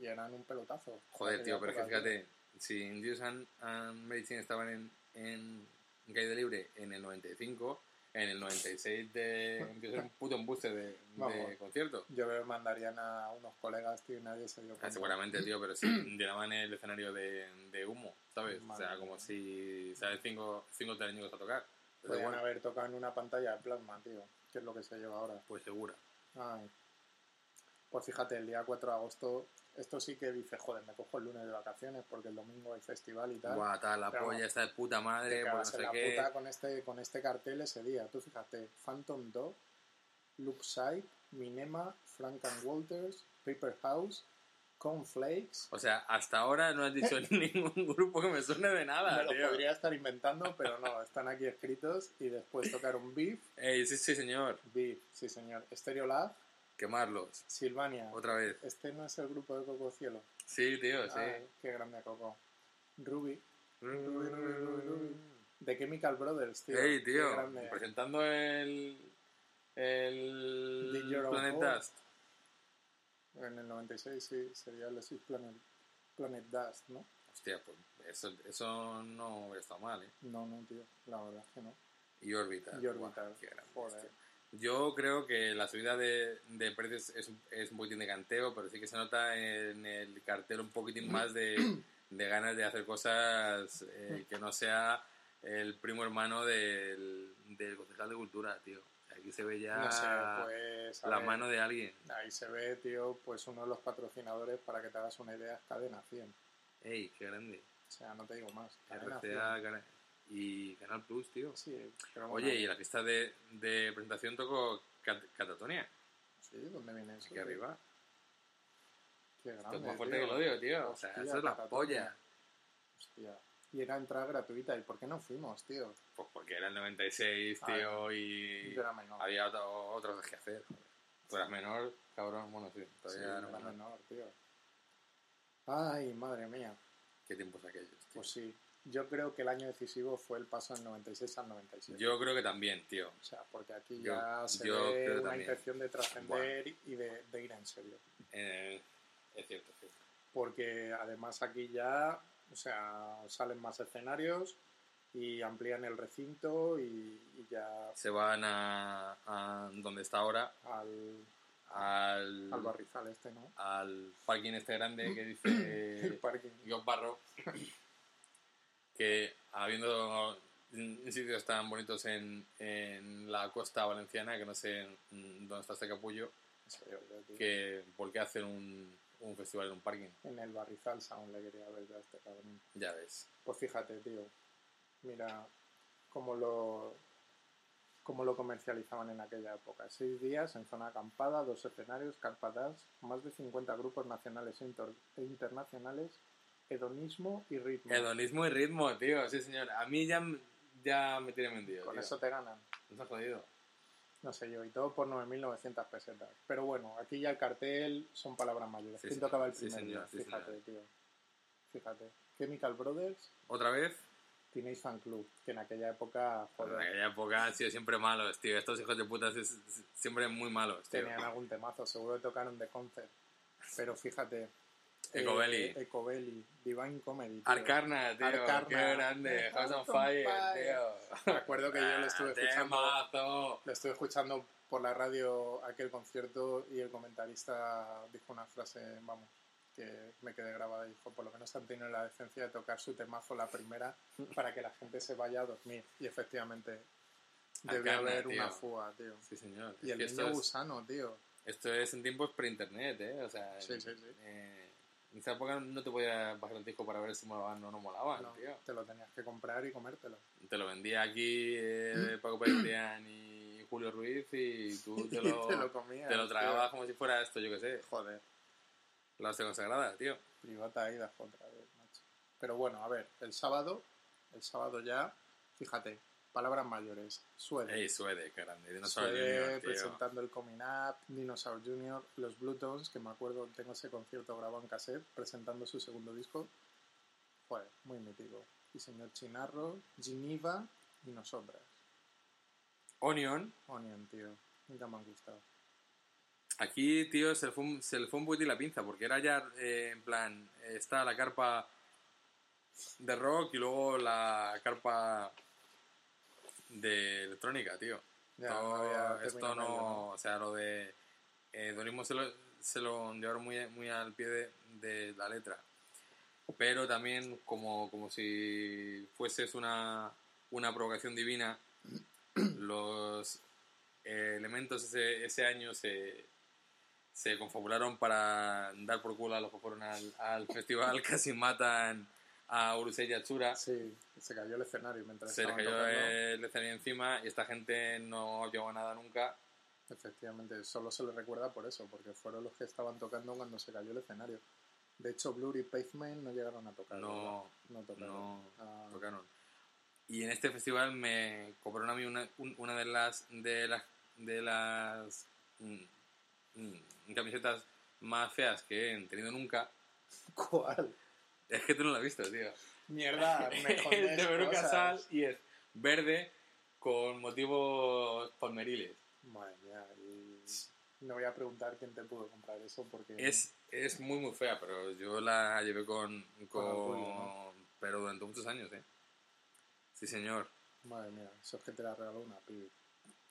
y eran un pelotazo.
Joder,
Aquella
tío, pero es que
época, tío.
fíjate, si Indius and, and Medicine estaban en, en Caída Libre en el 95, en el 96 de, empieza un puto embuste de, de
Vamos.
conciertos.
Yo creo que mandarían a unos colegas, tío, y nadie se dio
Ah,
cuenta.
seguramente, tío, pero
[clears throat]
sí, llenaban el escenario de, de humo, ¿sabes? o sea,
Madre
como
mía. Pues
si, ¿sabes? Cinco, cinco técnicos a tocar. Pero
Podrían
bueno,
haber tocado en una pantalla de plasma, tío, que es lo que se lleva ahora.
pues seguro.
Ay. Pues fíjate, el día 4 de agosto, esto sí que dice, joder, me cojo el lunes de vacaciones porque el domingo hay festival y tal.
Guau, tal, la
Pero
polla está de puta
Te
madre, pues no
cagas en
sé
la
qué.
puta con este, con este cartel ese día. Tú fíjate, Phantom Dog, Loopside, Minema, Frank and Walters, Paper House, Cornflakes.
O sea, hasta ahora no
[laughs]
has dicho [laughs] ningún grupo que me suene de nada,
Me lo
tío.
podría estar inventando, pero no, están aquí escritos. Y después tocaron Beef,
Ey, sí, sí, señor.
Beef, sí señor, Stereolab,
Quemarlos.
Silvania.
Otra vez.
Este no es el grupo de Coco Cielo.
Sí, tío, sí.
Ay, qué grande Coco. Ruby, de Chemical Brothers, tío.
Ey,
Qué
tío.
grande.
Presentando el.
Did
El.
your own
Planetas.
En el 96, sí, sería el Six Planet, Planet Dust, ¿no?
Hostia, pues eso, eso no hubiera estado mal, ¿eh?
No, no, tío, la verdad es que no.
Y Orbital.
Y Orbital,
Buah, qué grande, este.
Joder.
tío. Yo creo que la subida de, de precios es, un- es un poquitín de canteo, pero sí que se nota en el cartel
[clears throat]
un poquitín más de, de ganas de hacer cosas eh, que no sea el primo hermano del, del concejal de cultura, tío. Aquí se ve ya
No sé, pues. a
la
ver,
mano de alguien.
Ahí se ve, tío, pues uno de los patrocinadores, para que te hagas una idea, es Cadena 100.
¡Ey, qué grande!
O sea, no te digo más. Cadena 100.
RCA Cana- y Canal Plus, tío.
Sí, pero bueno,
Oye, y en la fiesta de, de presentación tocó Cat- Catatonia,
Sí, ¿dónde viene eso?
aquí
tío?
arriba.
Qué
Esto
grande.
es más fuerte
tío.
que el odio, tío. O sea,
Hostia,
eso es la
Catatonia.
polla.
Hostia. Y era entrada gratuita. ¿Y por qué no fuimos, tío?
Pues porque era el 96,
Ah,
tío, y
Yo era menor.
había otro- otros que hacer. joder. Tú eras menor, cabrón, bueno, sí,
Sí,
todavía
yo
era
era
menor.
menor, tío. Ay, madre mía.
¿Qué tiempos aquellos? tío?
Pues sí. Yo creo que el año decisivo fue el paso del 96 al 97.
Yo creo que también, tío.
O sea, porque aquí
Yo-
ya se
yo
ve
creo
una
también.
intención de trascender y de, de ir en serio.
Eh, Es cierto, es cierto.
porque además aquí ya o sea, salen más escenarios y amplían el recinto y, y ya
Se van a, a donde está ahora,
al,
al,
al barrizal este, ¿no?
al parking este grande que
[clears throat] El
dice
parking.
Dios Barro, que habiendo mm, sitios tan bonitos en, en la costa valenciana, que no sé mm, dónde está este capullo,
Eso yo creo, tío.
que ¿por qué hacer un, un festival en un parking?
En el barrizal Sound le quería ver yo a este cabrón.
Ya ves.
Pues fíjate, tío. Mira cómo lo, cómo lo comercializaban en aquella época. Seis días en zona acampada, dos escenarios, carpatas, más de 50 grupos nacionales e, inter- e internacionales, hedonismo y ritmo.
Hedonismo y ritmo, tío, sí señor. A mí ya, m- ya me tiene mentido.
Con
tío.
eso te ganan.
Nos ha jodido.
No sé yo, y todo por 9.900 pesetas. Pero bueno, aquí ya el cartel son palabras mayores.
Sí,
¿Quién
señor.
tocaba el
Sí,
primer
señor.
día?
Sí,
Fíjate, tío. Fíjate. Chemical Brothers,
¿Otra vez?
Teenage Fan Club, que en aquella época,
En
joder,
aquella época han sido siempre malos, tío. Estos hijos de puta es- es- siempre muy malos, tío.
tenían algún temazo. Seguro que tocaron The Concert. Pero fíjate.
Ecobelly.
eh, Ecobelly, Divine Comedy. tío.
Arcarna, tío.
Arcarna.
Qué grande. House on Fire, tío.
Me acuerdo que yo lo estuve
Ah,
escuchando.
temazo.
Lo estuve escuchando por la radio aquel concierto y el comentarista dijo una frase, vamos, que me quedé grabada y dijo, por lo menos han tenido la decencia de tocar su temazo la primera para que la gente se vaya a dormir. Y efectivamente debe
Arcana,
haber
tío.
una fuga, tío.
Sí, señor.
Y el
Es que esto,
niño
es,
gusano, tío.
esto es en tiempos pre-internet, ¿eh? O sea,
Sí,
en-
sí, sí.
eh, en esa época no te podías bajar el disco para ver si molaban o no molaban,
No,
tío.
te lo tenías que comprar y comértelo.
Te lo vendía aquí eh, Paco Petrián y Julio Ruiz [laughs] y tú
[laughs]
te
Y
lo,
te lo comías.
te lo
tío.
tragabas como si fuera esto, yo qué sé,
Joder,
la hostia consagrada, tío.
privata ahí otra vez, macho. Pero bueno, a ver, el sábado, el sábado ya, fíjate, palabras mayores, suele.
Ey, Suede, qué grande. Dinosaurio
Fue
Junior, tío.
presentando el Coming Up, Dinosaur Jr., los Blue Tones, que me acuerdo tengo ese concierto grabado en cassette, presentando su segundo disco. Joder, muy mítico. Y señor Chinarro, Geneva y nosotras.
Onion.
Onion, tío. Nunca me han gustado.
Aquí, tío, se le fue un, se le fue un poquitín la pinza, porque era ya, eh, en plan, eh, está la carpa de rock y luego la carpa de electrónica, tío.
Ya, no
Todo-
había
Oh, esto
terminado
no,
ello,
o sea, lo de hedonismo se lo, se lo llevaron muy, muy al pie de, de la letra. Pero también como, como si fueses una, una provocación
[clears throat]
divina, los eh, elementos ese, ese año se, se confabularon para dar por culo a los que fueron al, al festival, [laughs] casi matan a Urusei Yachura.
Sí, se cayó el escenario mientras
Se le
estaban
cayó
tocando.
el escenario encima y esta gente no llevó nada nunca.
Efectivamente, solo se les recuerda por eso, porque fueron los que estaban tocando cuando se cayó el escenario. De hecho, Blur y Pavement no llegaron a tocar.
No,
¿verdad? No tocaron.
no
Ah,
tocaron. Y en este festival me cobraron a mí una, un- una de las de las de las mm, mm, camisetas más feas que he tenido nunca.
[laughs] ¿Cuál?
Es que tú no la has visto, tío.
[laughs]
[laughs]
Mierda, me
Es
jodes
de Verónica
cosas.
Casal y es verde con motivos palmeriles.
Madre mía, y no voy a preguntar quién te pudo comprar eso porque...
Es, es muy muy fea, pero yo la llevé con, con,
orgullo, ¿no?
pero durante muchos años, eh. Sí señor.
Madre mía, eso es que te la regaló una pibe.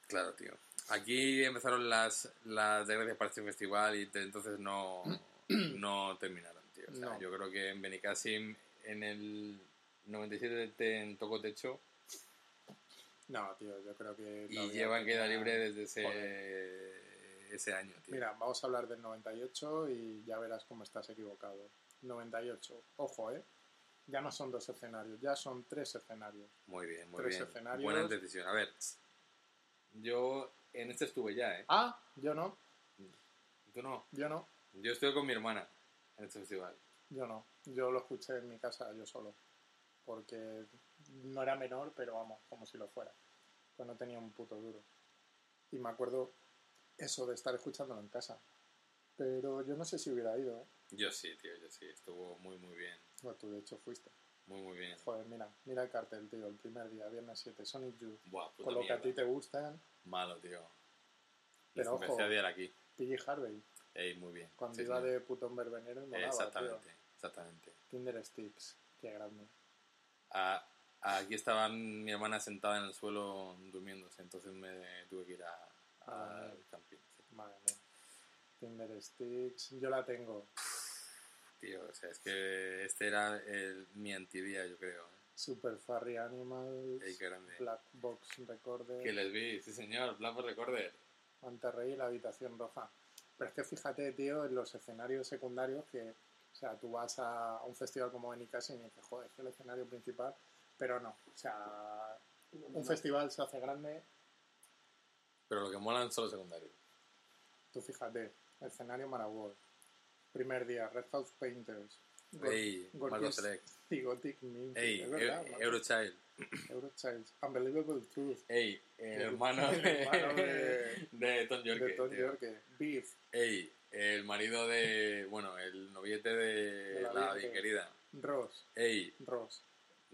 Claro, tío. Aquí empezaron las, las desgracias para este festival y te- entonces
[clears throat]
no, no terminaron, tío. O sea,
No.
Yo creo que en Benicassim en el 97 te tocó techo
No, tío, yo creo que...
y
todavía
llevan
tenía-
queda libre desde ese, ese año, tío.
Mira, vamos a hablar del 98 y ya verás cómo estás equivocado. 98, ojo, ¿eh? Ya no son dos escenarios, ya son tres escenarios.
muy bien, muy
tres
bien.
escenarios.
Buena decisión. A ver, yo en este estuve ya, ¿eh?
Ah, yo no,
Tú no.
yo no,
Yo estuve con mi hermana en este festival.
yo no. Yo lo escuché en mi casa yo solo. Porque no era menor, pero vamos, como si lo fuera. Pues no tenía un puto duro. Y me acuerdo eso de estar escuchándolo en casa. Pero yo no sé si hubiera ido, ¿eh?
Yo sí, tío, yo sí. Estuvo muy, muy bien.
No, tú de hecho fuiste.
Muy, muy bien.
Joder, mira, mira el cartel, tío. El primer día, viernes 7, Sonic Youth.
Buah, puta
Con lo que a
mierda.
ti te gustan,
Malo, tío. Les
Pero
empecé
ojo.
a odiar aquí.
PG Harvey.
Ey, muy bien.
Cuando
Sí,
iba
señor.
de putón verbenero, molaba,
Exactamente,
tío.
exactamente.
Tinder Sticks, qué grande.
A- aquí estaba mi hermana sentada en el suelo durmiéndose, entonces me tuve que ir a-
Ah,
al
vale.
camping. sí.
Madre mía. Tinder Sticks, yo la tengo.
Tío, o sea, es que este era el, mi antidía, yo creo. ¿eh?
Super Furry Animals,
Ey, qué grande.
Black Box
Que
Recorder,
les vi, sí señor, Black Box Recorder.
Monterrey, La Habitación Roja. Pero es que fíjate, tío, en los escenarios secundarios que, o sea, tú vas a un festival como Benicassin y dices, joder, es que el escenario principal, pero no, o sea, un festival se hace grande,
Pero lo que molan son los secundarios.
tú fíjate, escenario Marawall, primer día, Red House Painters, Gor-
Ey,
Gor-
Marco
Gor-
Select.
y Gothic Mint,
Ey,
es
Eu-
verdad, Marco.
Eurochild.
Eurochild, Unbelievable Truth, [laughs]
Ey, el hermano
el hermano
de,
de-
de Tom [laughs] Yorke.
de Tom
tío.
Yorke, Beef,
Ey, el marido de. Bueno, el noviete de
De la pues.
la
Virgen.
bien querida.
Ross,
Ey,
Ross.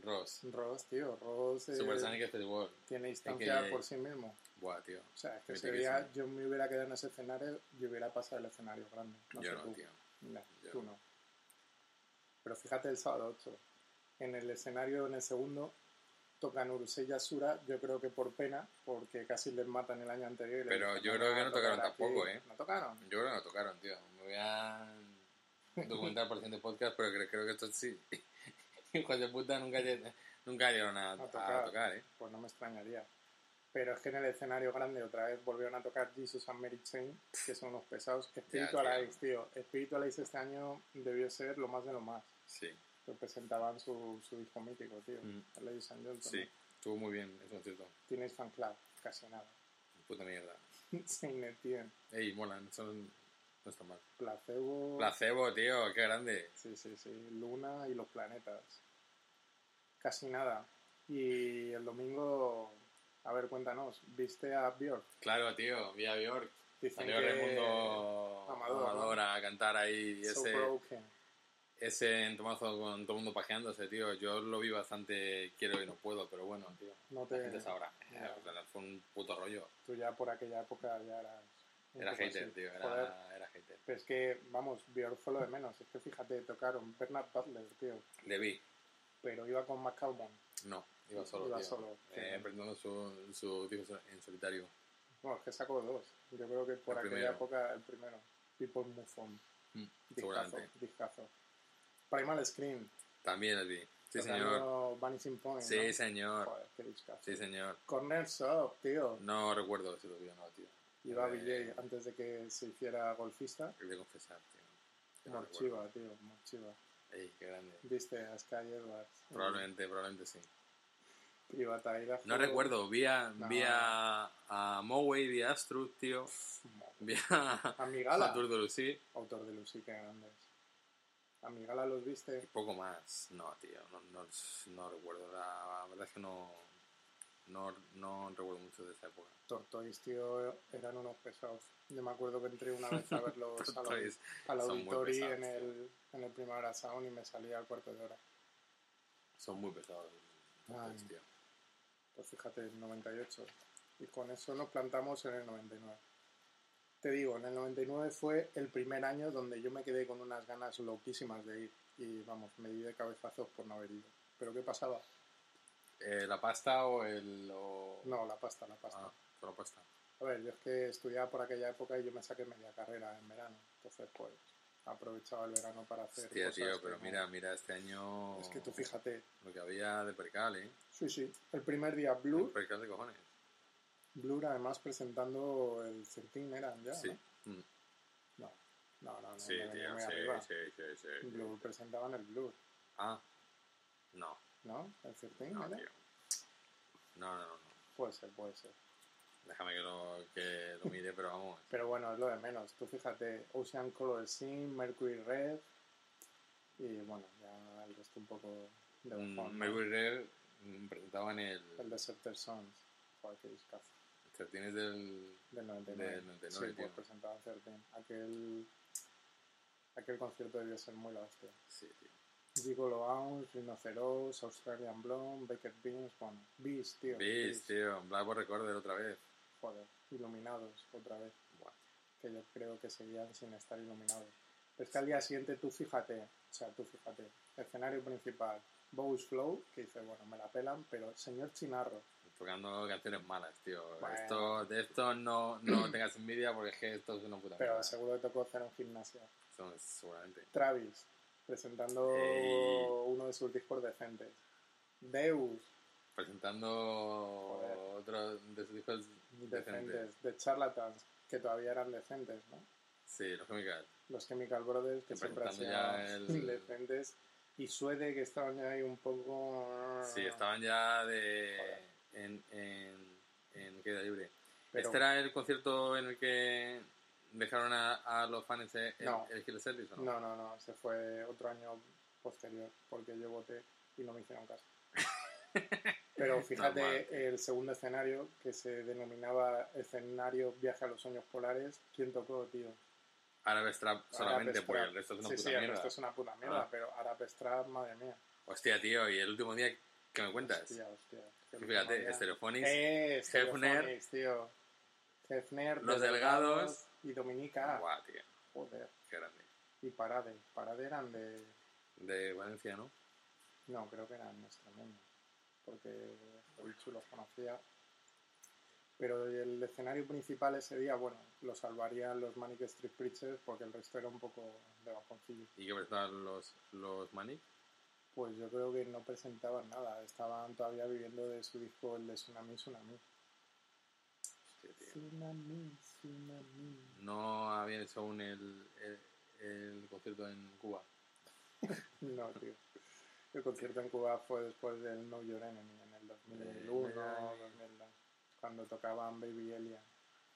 Ross.
Ross, tío, Ross eh,
Super Sonic Festival.
tiene instancia
AKA.
por sí mismo.
Buah, tío.
O sea, es que
Mete
ese
que
día
sí.
yo me hubiera quedado en ese escenario y hubiera pasado el escenario grande. No
Yo
sé
no,
tú.
tío.
No,
Yo
tú
no.
no. Pero fíjate el sábado 8. En el escenario, en el segundo, tocan Urusei y Asura, yo creo que por pena, porque casi les matan el año anterior. y les
Pero
dicen,
yo creo que no
van a tocar
tocaron tampoco,
aquí".
¿eh?
No tocaron.
Yo creo que no tocaron, tío. Me voy a documentar por el siguiente podcast, pero creo, creo que esto sí. [laughs] Hijos de puta nunca, lle- nunca llegaron a,
A
a tocar.
tocar.
¿eh?
Pues no me extrañaría. Pero es que en el escenario grande otra vez volvieron a tocar Jesus and Mary Chain, que son unos pesados. Spiritual
tío.
Eyes, tío. Spiritual Eyes este año debió ser lo más de lo más.
Sí,
Representaban su, su disco mítico, tío.
Mm.
El Ladies and Gentlemen.
sí. Estuvo muy bien ese concierto.
Tienes fan club, casi nada.
Puta mierda.
Saint Etienne,
Ey, mola, no, son- no está mal.
Placebo.
Placebo, tío, qué grande.
Sí, sí, sí. Luna y los planetas. Casi nada. Y el domingo, a ver, cuéntanos, ¿viste a Björk?
Claro, tío, Vía Bjork.
Dicen
Salió Raimundo
Amador, ¿no?
Amador a cantar ahí y
So
ese,
broken.
ese entomazo con todo el mundo pajeándose, tío. Yo lo vi bastante, quiero y no puedo, pero bueno, tío.
No
La
te-
gente sabrá.
Ya.
O sea, fue un puto rollo.
Tú ya por aquella época ya eras... un
Era
poco
hater,
así.
tío.
Joder,
Era, era hater.
pero es que, vamos, Björk fue lo de menos. Es que fíjate, tocaron Bernard Butler, tío.
Debí.
Pero iba con Mac Calmon.
No, iba solo,
Iba
tío.
solo,
Eh,
sí.
aprendiendo su, su disco sol- en solitario.
Bueno, es que sacó dos. Yo creo que por
El
aquella
primero.
época el primero. People Move On.
Mm,
Discazo,
seguramente.
discazo. Primal Scream.
También le vi. Sí, señor.
sacando Vanishing Point.
Sí,
¿no?
señor.
Joder, qué discazo.
Sí, señor.
Corner Shop, tío.
No recuerdo ese video, no, tío.
Iba
Eh,
BJ antes de que se hiciera golfista.
He de confesar, tío. No recuerdo.
Morchiva, tío, Morchiva.
Ey, qué grande.
Viste a Sky Edwards.
Probablemente, probablemente sí.
Privata Idaho.
No recuerdo, vi a,
No.
vi a, a Moway, vi a Astruz, tío. [laughs] Vi a
Amigala.
Satur de Lucy.
Autor de Lucy, qué grandes. Amigala los
Y
viste.
poco más. No, tío, no, no, no recuerdo. La, verdad es que no, no, no recuerdo mucho de esa época.
Tortoise, tío, eran unos pesados. Yo me acuerdo que entré una vez
[laughs]
a verlos al, audi-
Entonces,
al
son muy
auditorio
pesados,
en el, en el Primavera Sound y me salía al cuarto de hora.
son muy pesados. Entonces,
Ay.
tío.
Pues fíjate, el 98. Y con eso nos plantamos en el 99. Te digo, en el 99 fue el primer año donde yo me quedé con unas ganas loquísimas de ir. Y vamos, me di de cabezazos por no haber ido. ¿Pero qué pasaba?
Eh, ¿La pasta o el...? o-
No, la pasta, la pasta.
Ah, solo pasta.
A ver, yo es que estudiaba por aquella época y yo me saqué media carrera en verano. Entonces, pues, aprovechaba el verano para hacer
Hostia,
cosas
tío,
que
pero
no-
mira, mira, este año...
Es que tú fíjate.
Lo que había de percal, ¿eh?
Sí, sí. El primer día Blur.
Percal de cojones.
Blur además presentando el Certín eran ya,
Sí.
¿no?
Mm.
No, no, no. no
Sí,
me venía
tío,
muy
sí,
arriba.
sí, sí, sí.
Blur presentaban el Blur,
Ah, no,
¿no? El Certín,
no,
¿era?
tío. No, no, no, no.
Puede ser, puede ser.
Déjame que lo, que lo mire, pero
[laughs]
vamos.
Pero bueno, es lo de menos. Tú fíjate, Ocean Color Scene, Mercury Red y bueno, ya el resto un poco de
Mm,
bajón, ¿no?
Mercury Red mm, presentaban el...
El Deserter Sons, joder, qué discazo,
Certines del...
del 99.
Del 99,
sí, pues
tío.
presentaban Certín. Aquel, aquel concierto debió ser muy la hostia.
Sí, tío.
Gigolo Ounce, Rhinoceros, Australian Blonde, Baked Beans, bueno, Beast, tío.
Beast, tío. Blackboard Recorder otra vez.
Joder, Iluminados, otra vez.
Buah.
que yo creo que seguían sin estar iluminados. Es que al día siguiente tú fíjate, o sea, tú fíjate, escenario principal, Bowes Flow, que dice, bueno, me la pelan, pero señor Chinarro,
Tocando canciones malas, tío.
Bueno.
Esto, de esto no,
[clears throat]
no tengas envidia porque es que esto es una puta
pero
mierda.
seguro que tocó hacer un gimnasio.
Son- Seguramente.
Travis, presentando
Ey.
uno de sus discos decentes. Deus,
Presentando otro de sus hijos decentes.
decentes. The Charlatans, que todavía eran decentes, ¿no?
Sí, los Chemicals.
Los Chemical Brothers, que
Que
siempre han sido
presentando ya
[laughs]
el-
decentes. Y Suede, que estaban ya ahí un poco...
Sí, estaban ya de.
Ah. Joder.
En, en, en queda libre.
Pero-
¿Este era el concierto en el que dejaron a, a los fans el,
No.
el Killer Service o no?
No, no, no, se fue otro año posterior porque yo voté y no me hicieron
[laughs]
caso. Pero
Normal.
fíjate el segundo escenario que se denominaba escenario Viaje a los Sueños Polares. ¿Quién tocó, tío?
Árabe Strap solamente,
Arab
porque
Strap.
el resto es una
sí, sí,
puta
el
mierda.
resto es una puta mierda,
Ah.
pero Arab Strap, madre mía.
Hostia, tío, y el último día que me cuentas.
Hostia, hostia. Qué
Fíjate,
maravilla.
Stereophonics.
Eh,
Hefner.
Stereophonics, tío. Hefner,
Los
De
Delgados.
y Dominica.
Guau, tío,
Joder.
qué grande.
Y Parade. Parade eran de...
De Valencia, ¿no?
No, creo que eran extremeños, porque Ruichu los conocía. Pero el escenario principal ese día, bueno, lo salvarían los Manic Street Preachers porque el resto era un poco de bajoncillo.
Y que presentaban los, los Manic.
Pues yo creo que no presentaban nada, estaban todavía viviendo de su disco, el de Tsunami Tsunami.
Hostia, tío.
Tsunami, tsunami.
No habían hecho aún el, el, el concierto en Cuba. [laughs]
No, tío. El concierto en Cuba fue después del No Your Enemy, en el 2001,
Eh, eh, eh.
2002, cuando tocaban Baby Elia.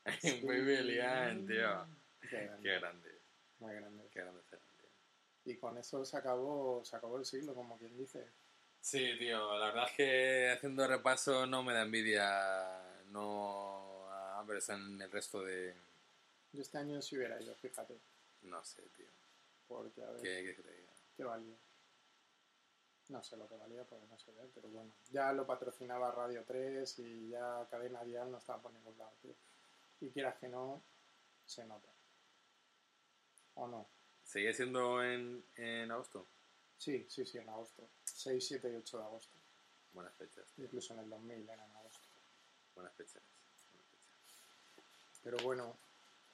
Baby Elian, tío.
Qué grande,
Qué grande,
muy grande.
qué grande serán, tío.
Y con eso se acabó, se acabó el siglo, como quien dice.
Sí, tío, la verdad es que haciendo repaso no me da envidia no ah, a Anderson el resto de...
Yo este año sí hubiera ido, fíjate.
No sé, tío.
Porque a ver,
¿Qué
¿qué,
quieres que te diga?
valía? No sé lo que valía porque no sé, pero bueno. Ya lo patrocinaba Radio 3 y ya Cadena Dial no estaba por ningún lado, tío. Y quieras que no, se nota. ¿O no?
¿Seguía siendo en, en agosto?
Sí, sí, sí, en agosto. 6, 7 y 8 de agosto.
Buenas fechas, tío.
Incluso en el 2000 era en agosto.
Buenas fechas. buenas fechas.
Pero bueno,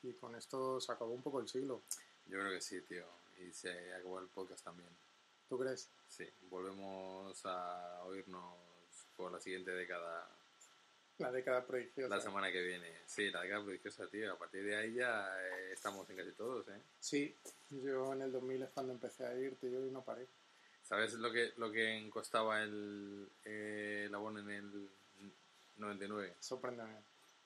y con esto se acabó un poco el siglo.
Yo creo que sí, tío. Y se acabó el podcast también.
¿Tú crees?
Sí, volvemos a oírnos por la siguiente década,
La década prodigiosa.
la semana que viene. Sí, la década prodigiosa, tío. A partir de ahí ya eh, estamos en casi todos, ¿eh?
Sí, yo en el 2000 es cuando empecé a ir, tío, y no paré.
¿Sabes lo que, lo que costaba el, eh, el abono en el 99?
Sorpréndeme.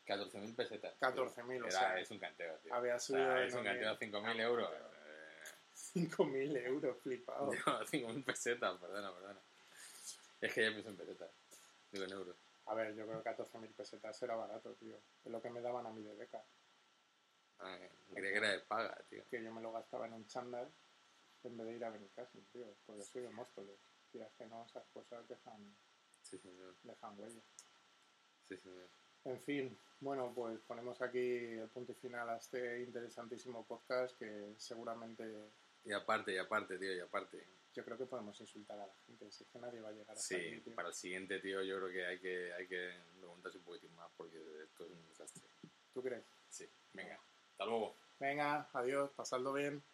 14.000 pesetas.
14.000, o
Era-
sea,
Es un canteo, tío.
había
O sea,
subido
es un canteo de 5.000 euros. Eh,
5.000 euros, flipado.
Digo, [laughs] 5.000 pesetas, perdona, perdona. Es que ya pienso en pesetas. Digo, en euros.
A ver, yo creo que 14.000 pesetas era barato, tío. Es lo que me daban a mí de beca.
Ah, creía que era de paga, tío.
Que yo me lo gastaba en un chándal en vez de ir a Benicassim, tío. Porque soy de Móstoles. Tío, es que no, esas cosas dejan,
Sí, señor.
dejan huella.
Sí, señor.
En fin, bueno, pues ponemos aquí el punto y final a este interesantísimo podcast que seguramente
Y aparte, y aparte, tío, y aparte.
yo creo que podemos insultar a la gente. Si es que nadie va a llegar a
Sí, para el siguiente, tío, yo creo que hay que, hay que preguntarse un poquitín más porque esto es un desastre.
¿Tú crees?
Sí, venga. Hasta luego.
Venga, adiós, pasadlo bien.